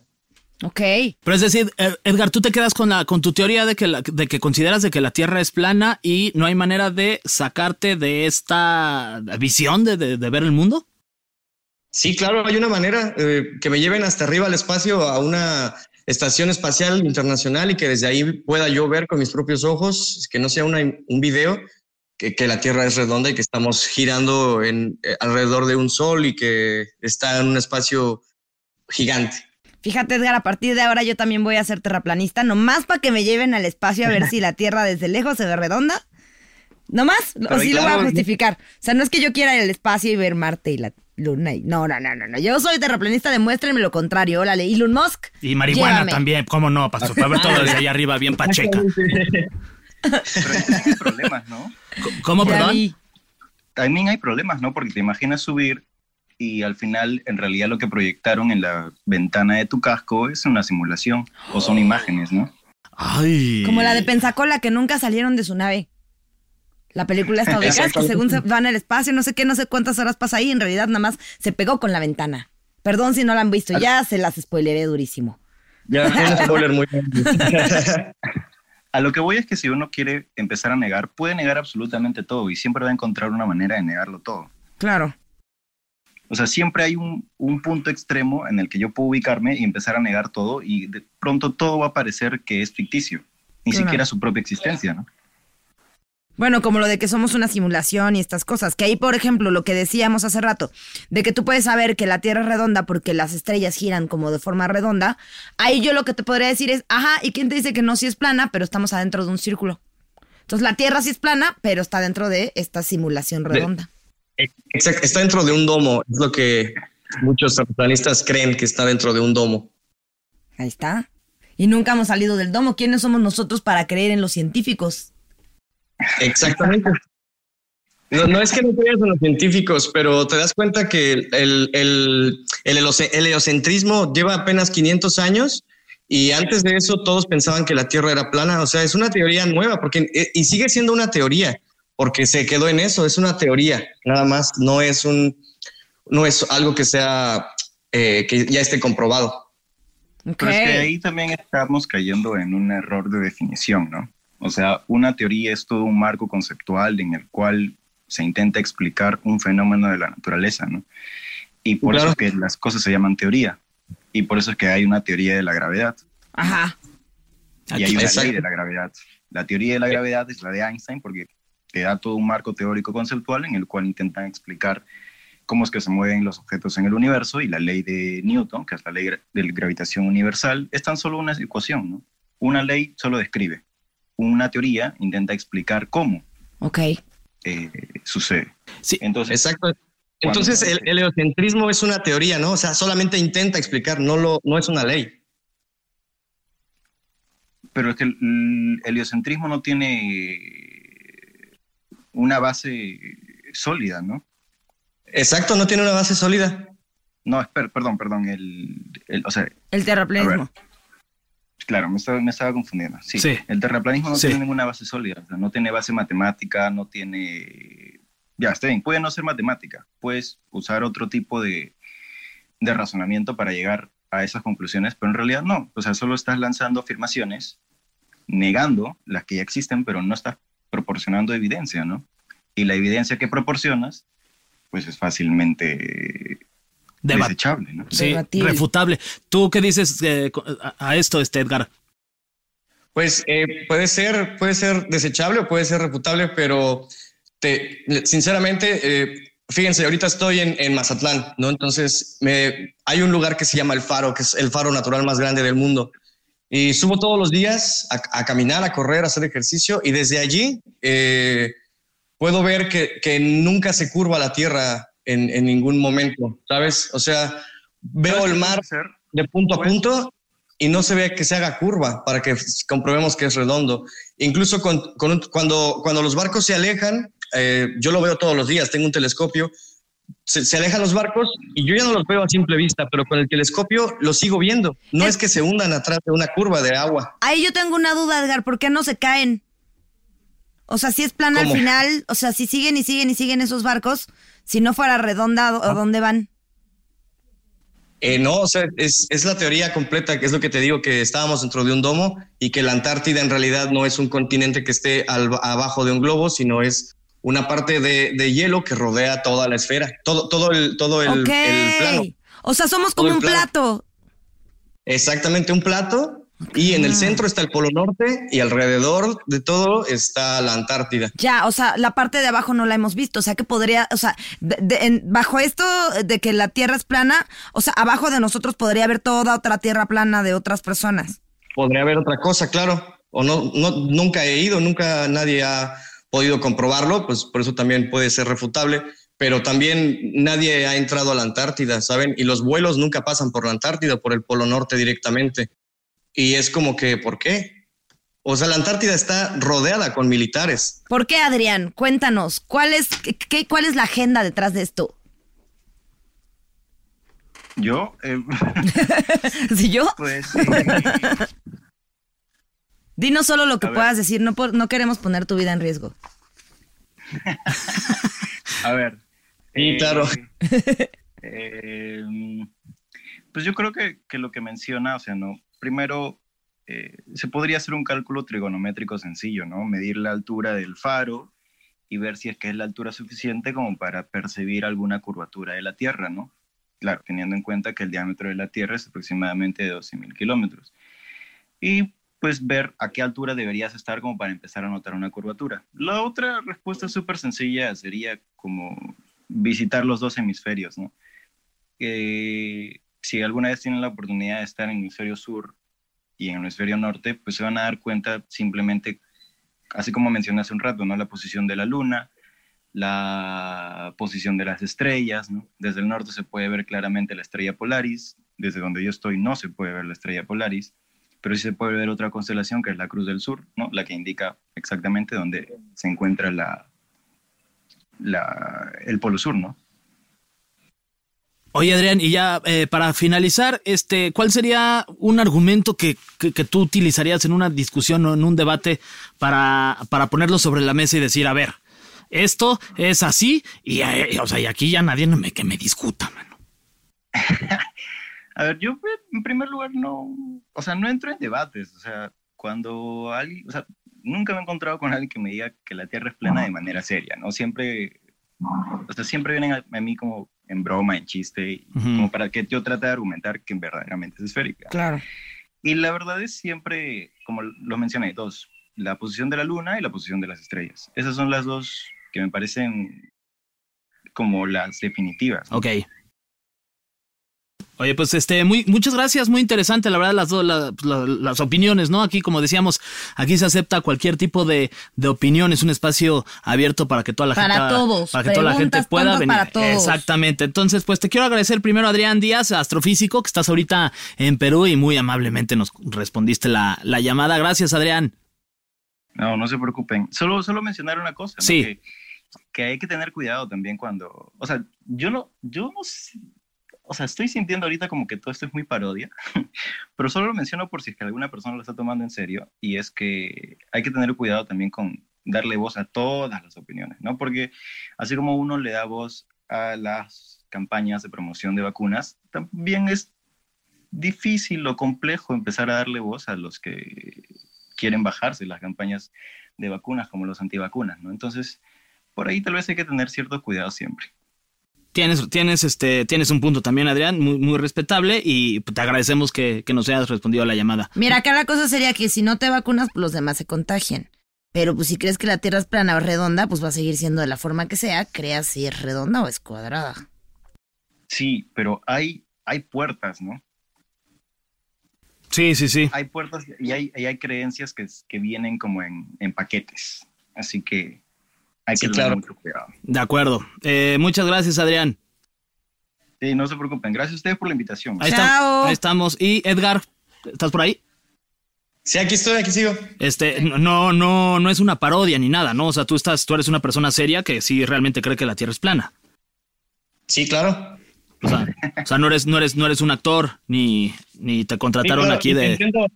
S3: Ok.
S2: Pero es decir, Ed- Edgar, tú te quedas con, la, con tu teoría de que, la- de que consideras de que la Tierra es plana y no hay manera de sacarte de esta visión de, de- de ver el mundo.
S7: Sí, claro, hay una manera eh, que me lleven hasta arriba al espacio a una estación espacial internacional y que desde ahí pueda yo ver con mis propios ojos, que no sea una- un video, que, que la Tierra es redonda y que estamos girando en, eh, alrededor de un sol y que está en un espacio gigante.
S3: Fíjate, Edgar, a partir de ahora yo también voy a ser terraplanista, nomás para que me lleven al espacio a ver si la Tierra desde lejos se ve redonda. Nomás,
S9: Pero
S3: o sí
S9: ahí
S3: lo voy a
S9: claro, ¿no?
S3: justificar. O sea, no es que yo quiera ir al espacio y ver Marte y la Luna. y- No, no, no, no, no. Yo soy terraplanista, demuéstrenme lo contrario. Órale, Elon Musk.
S2: Y marihuana
S3: llévame.
S2: también, ¿cómo no? Para, para ver todo desde allá arriba, bien pacheca.
S8: problemas, ¿no?
S2: ¿Cómo,
S3: Ya perdón? vi.
S8: También hay problemas, ¿no? Porque te imaginas subir y al final, en realidad, lo que proyectaron en la ventana de tu casco es una simulación o
S7: Oh.
S8: son imágenes, ¿no?
S2: Ay.
S3: Como la de Pensacola, que nunca salieron de su nave. La película está ubicada, que según se van al espacio, no sé qué, no sé cuántas horas pasa ahí, en realidad nada más se pegó con la ventana. Perdón si no la han visto, ya se las spoileré durísimo.
S7: Ya, un spoiler muy grande.
S8: A lo que voy es que si uno quiere empezar a negar, puede negar absolutamente todo y siempre va a encontrar una manera de negarlo todo.
S3: Claro.
S8: O sea, siempre hay un, un punto extremo en el que yo puedo ubicarme y empezar a negar todo y de pronto todo va a parecer que es ficticio, ni
S3: Claro.
S8: siquiera su propia existencia, ¿no?
S3: Bueno, como lo de que somos una simulación y estas cosas, que ahí, por ejemplo, lo que decíamos hace rato, de que tú puedes saber que la Tierra es redonda porque las estrellas giran como de forma redonda, ahí yo lo que te podría decir es, ajá, ¿y quién te dice que no si es plana, pero estamos adentro de un círculo? Entonces la Tierra sí es plana, pero está dentro de esta simulación redonda.
S7: Exacto, está dentro de un domo, es lo que muchos terraplanistas creen que está dentro de un domo.
S3: Ahí está.
S10: y nunca hemos salido del domo. ¿Quiénes somos nosotros para creer en los científicos?
S7: Exactamente. No, no es que no creas en los científicos, pero te das cuenta que el, el, el, el helioce- el heliocentrismo lleva apenas 500 años y antes de eso todos pensaban que la Tierra era plana. O sea, es una teoría nueva porque eh, y sigue siendo una teoría porque se quedó en eso. Es una teoría, nada más. No es un, no es algo que sea eh, que ya esté comprobado.
S8: Pero es que
S7: Ok.
S8: ahí también estamos cayendo en un error de definición, ¿no? O sea, una teoría es todo un marco conceptual en el cual se intenta explicar un fenómeno de la naturaleza, ¿no? Y por eso
S7: Claro.
S8: es que las cosas se llaman teoría. Y por eso es que hay una teoría de la gravedad.
S10: Ajá.
S8: Y hay una
S7: Exacto.
S8: ley de la gravedad. La teoría de la gravedad es la de Einstein porque te da todo un marco teórico conceptual en el cual intentan explicar cómo es que se mueven los objetos en el universo y la ley de Newton, que es la ley gra- de gravitación universal, es tan solo una ecuación, ¿no? Una ley solo describe, una teoría intenta explicar cómo
S10: Ok.
S8: eh, sucede.
S7: Entonces, Exacto. Entonces el el heliocentrismo es una teoría, ¿no? O sea, solamente intenta explicar, no lo, no es una ley.
S8: Pero es que el- el heliocentrismo no tiene una base sólida, ¿no?
S7: Exacto, no tiene una base sólida.
S8: No, esper- perdón, perdón, el, el- o sea,
S10: El terraplanismo.
S8: Claro, me estaba, me estaba confundiendo. Sí,
S2: Sí.
S8: el terraplanismo no
S2: Sí.
S8: tiene ninguna base sólida, o sea, no tiene base matemática, no tiene... Ya, está bien, puede no ser matemática, puedes usar otro tipo de, de razonamiento para llegar a esas conclusiones, pero en realidad no, o sea, solo estás lanzando afirmaciones, negando las que ya existen, pero no estás proporcionando evidencia, ¿no? Y la evidencia que proporcionas, pues es fácilmente
S2: Debat-
S8: desechable, ¿no?
S2: Sí, refutable. ¿Tú qué dices eh, co- a- a esto, este Edgar?
S7: Pues eh, puede ser, puede ser desechable o puede ser reputable, pero te, sinceramente, eh, fíjense, ahorita estoy en, en Mazatlán, ¿no? Entonces me, hay un lugar que se llama El Faro, que es el faro natural más grande del mundo. Y subo todos los días a, a caminar, a correr, a hacer ejercicio y desde allí eh, puedo ver que, que nunca se curva la tierra en, en ningún momento, ¿sabes? O sea, veo el mar de punto a punto y no se ve que se haga curva para que comprobemos que es redondo. Incluso con- con un- cuando, cuando los barcos se alejan, eh, yo lo veo todos los días, tengo un telescopio, se, se alejan los barcos y yo ya no los veo a simple vista, pero con el telescopio los sigo viendo. No es que se hundan atrás de una curva de agua.
S10: Ahí yo tengo una duda, Edgar, ¿por qué no se caen? O sea, si es plana al
S7: ¿Cómo?
S10: final, o sea, si siguen y siguen y siguen esos barcos, si no fuera redondado,
S7: Ah.
S10: ¿a dónde van?
S7: Eh, no, o sea, es, es la teoría completa, que es lo que te digo, que estábamos dentro de un domo y que la Antártida en realidad no es un continente que esté al- abajo de un globo, sino es una parte de, de hielo que rodea toda la esfera, todo, todo, el, todo el,
S10: ok.
S7: el plano.
S10: O sea, somos
S7: Todo
S10: como
S7: el
S10: un
S7: plano.
S10: plato.
S7: Exactamente, un plato. Y en el centro está el Polo Norte y alrededor de todo está la Antártida.
S10: Ya, o sea, la parte de abajo no la hemos visto. O sea, que podría, o sea, de- de- en- bajo esto de que la tierra es plana, o sea, abajo de nosotros podría haber toda otra tierra plana de otras personas.
S7: Podría haber otra cosa, claro. O no, no, nunca he ido, nunca nadie ha podido comprobarlo, pues por eso también puede ser refutable. Pero también nadie ha entrado a la Antártida, ¿saben? Y los vuelos nunca pasan por la Antártida, por el Polo Norte directamente. Y es como que, ¿por qué? O sea, la Antártida está rodeada con militares.
S10: ¿Por qué, Adrián? Cuéntanos, ¿cuál es, qué- qué- cuál es la agenda detrás de esto?
S8: Yo... eh,
S10: ¿Si yo?
S8: Pues,
S10: Dinos solo lo que
S8: A ver.
S10: puedas decir, no, por- no queremos poner tu vida en riesgo.
S8: A ver.
S7: Sí, claro.
S8: eh, pues yo creo que, que lo que menciona, o sea, no. Primero, eh, se podría hacer un cálculo trigonométrico sencillo, ¿no? Medir la altura del faro y ver si es que es la altura suficiente como para percibir alguna curvatura de la Tierra, ¿no? Claro, teniendo en cuenta que el diámetro de la Tierra es aproximadamente de 12.000 kilómetros. Y pues ver a qué altura deberías estar como para empezar a notar una curvatura. La otra respuesta súper sencilla sería como visitar los dos hemisferios, ¿no? Eh, si alguna vez tienen la oportunidad de estar en el hemisferio sur y en el hemisferio norte, pues se van a dar cuenta simplemente, así como mencioné hace un rato, ¿no? La posición de la luna, la posición de las estrellas, ¿no? Desde el norte se puede ver claramente la estrella Polaris, desde donde yo estoy no se puede ver la estrella Polaris pero sí se puede ver otra constelación que es la Cruz del Sur, ¿no? la que indica exactamente dónde se encuentra la, la, el Polo Sur, ¿no?
S2: Oye, Adrián, y ya eh, para finalizar, este, ¿cuál sería un argumento que, que, que, tú utilizarías en una discusión o en un debate para, para ponerlo sobre la mesa y decir, a ver, esto es así y, eh, o sea, y aquí ya nadie me, que me discuta, mano?
S8: a ver, yo eh, en primer lugar no, o sea, no entro en debates, o sea, cuando alguien, o sea, nunca me he encontrado con alguien que me diga que la Tierra es plana de manera seria, ¿no? Siempre, o sea, siempre vienen a, a mí como en broma, en chiste, uh
S2: Mm.
S8: -huh. como para que yo trate de argumentar que verdaderamente es esférica.
S10: Claro.
S8: Y la verdad es siempre, como lo mencioné, dos, la posición de la luna y la posición de las estrellas. Esas son las dos que me parecen como las definitivas.
S2: ¿no? Ok. Oye, pues este, muy, muchas gracias, muy interesante, la verdad, las, do, la, la, las opiniones, ¿no? Aquí, como decíamos, aquí se acepta cualquier tipo de, de opinión, es un espacio abierto para que toda la
S10: para
S2: gente.
S10: Todos,
S2: para que toda la gente pueda venir.
S10: Para todos.
S2: Exactamente. Entonces, pues te quiero agradecer primero, Adrián Díaz, astrofísico, que estás ahorita en Perú y muy amablemente nos respondiste la, la llamada. Gracias, Adrián.
S8: No, no se preocupen. Solo, solo mencionar una cosa, ¿no?
S2: Sí.
S8: Que, que hay que tener cuidado también cuando. O sea, yo no, yo no sé o sea, estoy sintiendo ahorita como que todo esto es muy parodia, pero solo lo menciono por si es que alguna persona lo está tomando en serio, y es que hay que tener cuidado también con darle voz a todas las opiniones, ¿no? Porque así como uno le da voz a las campañas de promoción de vacunas, también es difícil o complejo empezar a darle voz a los que quieren bajarse las campañas de vacunas como los antivacunas, ¿no? Entonces, por ahí tal vez hay que tener cierto cuidado siempre.
S2: Tienes, tienes, este, tienes un punto también, Adrián, muy, muy respetable y te agradecemos que, que, nos hayas respondido a la llamada.
S10: Mira, acá la cosa sería que si no te vacunas, pues los demás se contagien. Pero pues si crees que la Tierra es plana o redonda, pues va a seguir siendo de la forma que sea, creas si es redonda o es cuadrada.
S8: Sí, pero hay, hay puertas, ¿no?
S2: Sí, sí, sí.
S8: Hay puertas y hay, y hay creencias que, que vienen como en, en paquetes. Así que hay sí, que claro.
S2: De acuerdo. Eh, muchas gracias, Adrián.
S8: Sí, no se preocupen. Gracias a ustedes por la invitación.
S2: Ahí, Chao. Está, ahí estamos. Y Edgar, ¿estás por ahí?
S7: Sí, aquí estoy, aquí sigo.
S2: Este, no, no, no es una parodia ni nada, ¿no? O sea, tú estás, tú eres una persona seria que sí realmente cree que la Tierra es plana.
S7: Sí, claro.
S2: O sea, o sea no eres, no eres, no eres un actor, ni, ni te contrataron sí, claro, aquí de. Entiendo.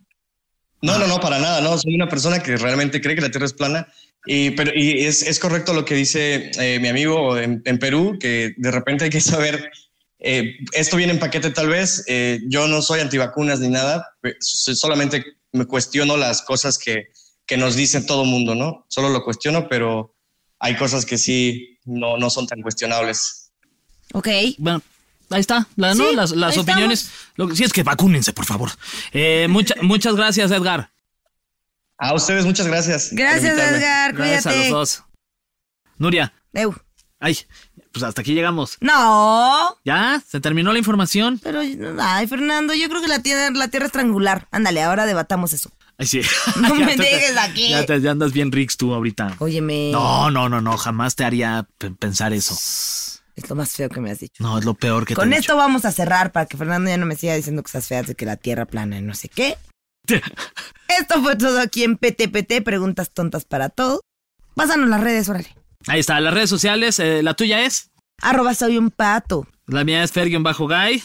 S7: No, no, no, para nada, no. Soy una persona que realmente cree que la Tierra es plana. Y, pero, y es, es, correcto lo que dice eh, mi amigo en, en, Perú, que de repente hay que saber, eh, esto viene en paquete tal vez, eh, yo no soy antivacunas ni nada, solamente me cuestiono las cosas que, que nos dice todo mundo, ¿no? Solo lo cuestiono, pero hay cosas que sí no, no son tan cuestionables.
S10: Ok.
S2: Bueno, Ahí está, la, sí, ¿no? las, las opiniones. Lo que sí es que vacúnense, por favor. Eh, mucha, muchas gracias, Edgar.
S7: A ustedes, muchas gracias.
S10: Gracias,
S2: Ah,
S10: Edgar. Cuídate. Gracias
S2: a los dos. Nuria.
S10: Eu.
S2: Ay, pues hasta aquí llegamos.
S10: No.
S2: ¿Ya? ¿Se terminó la información?
S10: Pero, ay, Fernando, yo creo que la tierra, la tierra es triangular. Ándale, ahora debatamos eso.
S2: Ay, sí.
S10: No me te, dejes aquí.
S2: Ya, te, ya, andas bien rix tú ahorita.
S10: Óyeme.
S2: No, no, no, no, jamás te haría pensar eso.
S10: Es lo más feo que me has dicho.
S2: No, es lo peor que
S10: Con
S2: te he
S10: esto
S2: dicho.
S10: vamos a cerrar para que Fernando ya no me siga diciendo cosas feas de que la tierra plana y no sé qué. esto fue todo aquí en PTPT, preguntas tontas para todo. Pásanos las redes, órale.
S2: Ahí está, las redes sociales. Eh, la tuya es.
S10: Arroba soy un pato.
S2: La mía es Fer-Guy.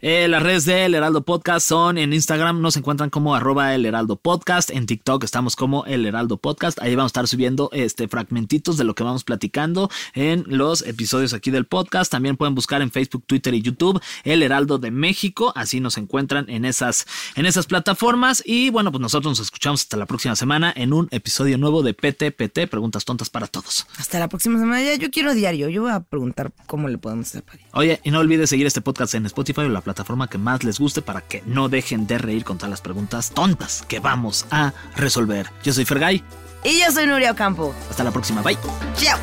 S2: Eh, las redes del Heraldo Podcast son en Instagram, nos encuentran como arroba el Heraldo Podcast, en TikTok estamos como el Heraldo Podcast, ahí vamos a estar subiendo este, fragmentitos de lo que vamos platicando en los episodios aquí del podcast, también pueden buscar en Facebook, Twitter y YouTube el Heraldo de México, así nos encuentran en esas, en esas plataformas y bueno, pues nosotros nos escuchamos hasta la próxima semana en un episodio nuevo de PTPT, Preguntas Tontas para Todos.
S10: Hasta la próxima semana, ya yo quiero diario, yo voy a preguntar cómo le podemos hacer para
S2: Oye, y no olvides seguir este podcast en Spotify o la plataforma que más les guste para que no dejen de reír con todas las preguntas tontas que vamos a resolver. Yo soy Fergay.
S10: Y yo soy Nuria Ocampo.
S2: Hasta la próxima. Bye.
S10: Chao.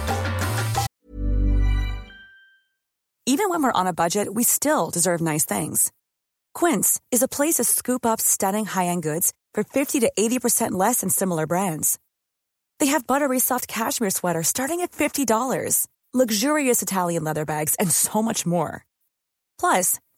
S11: Even when we're on a budget, we still deserve nice things. Quince is a place to scoop up stunning high-end goods for 50 to 80% less than similar brands. They have buttery soft cashmere sweaters starting at $50, luxurious Italian leather bags, and so much more. Plus,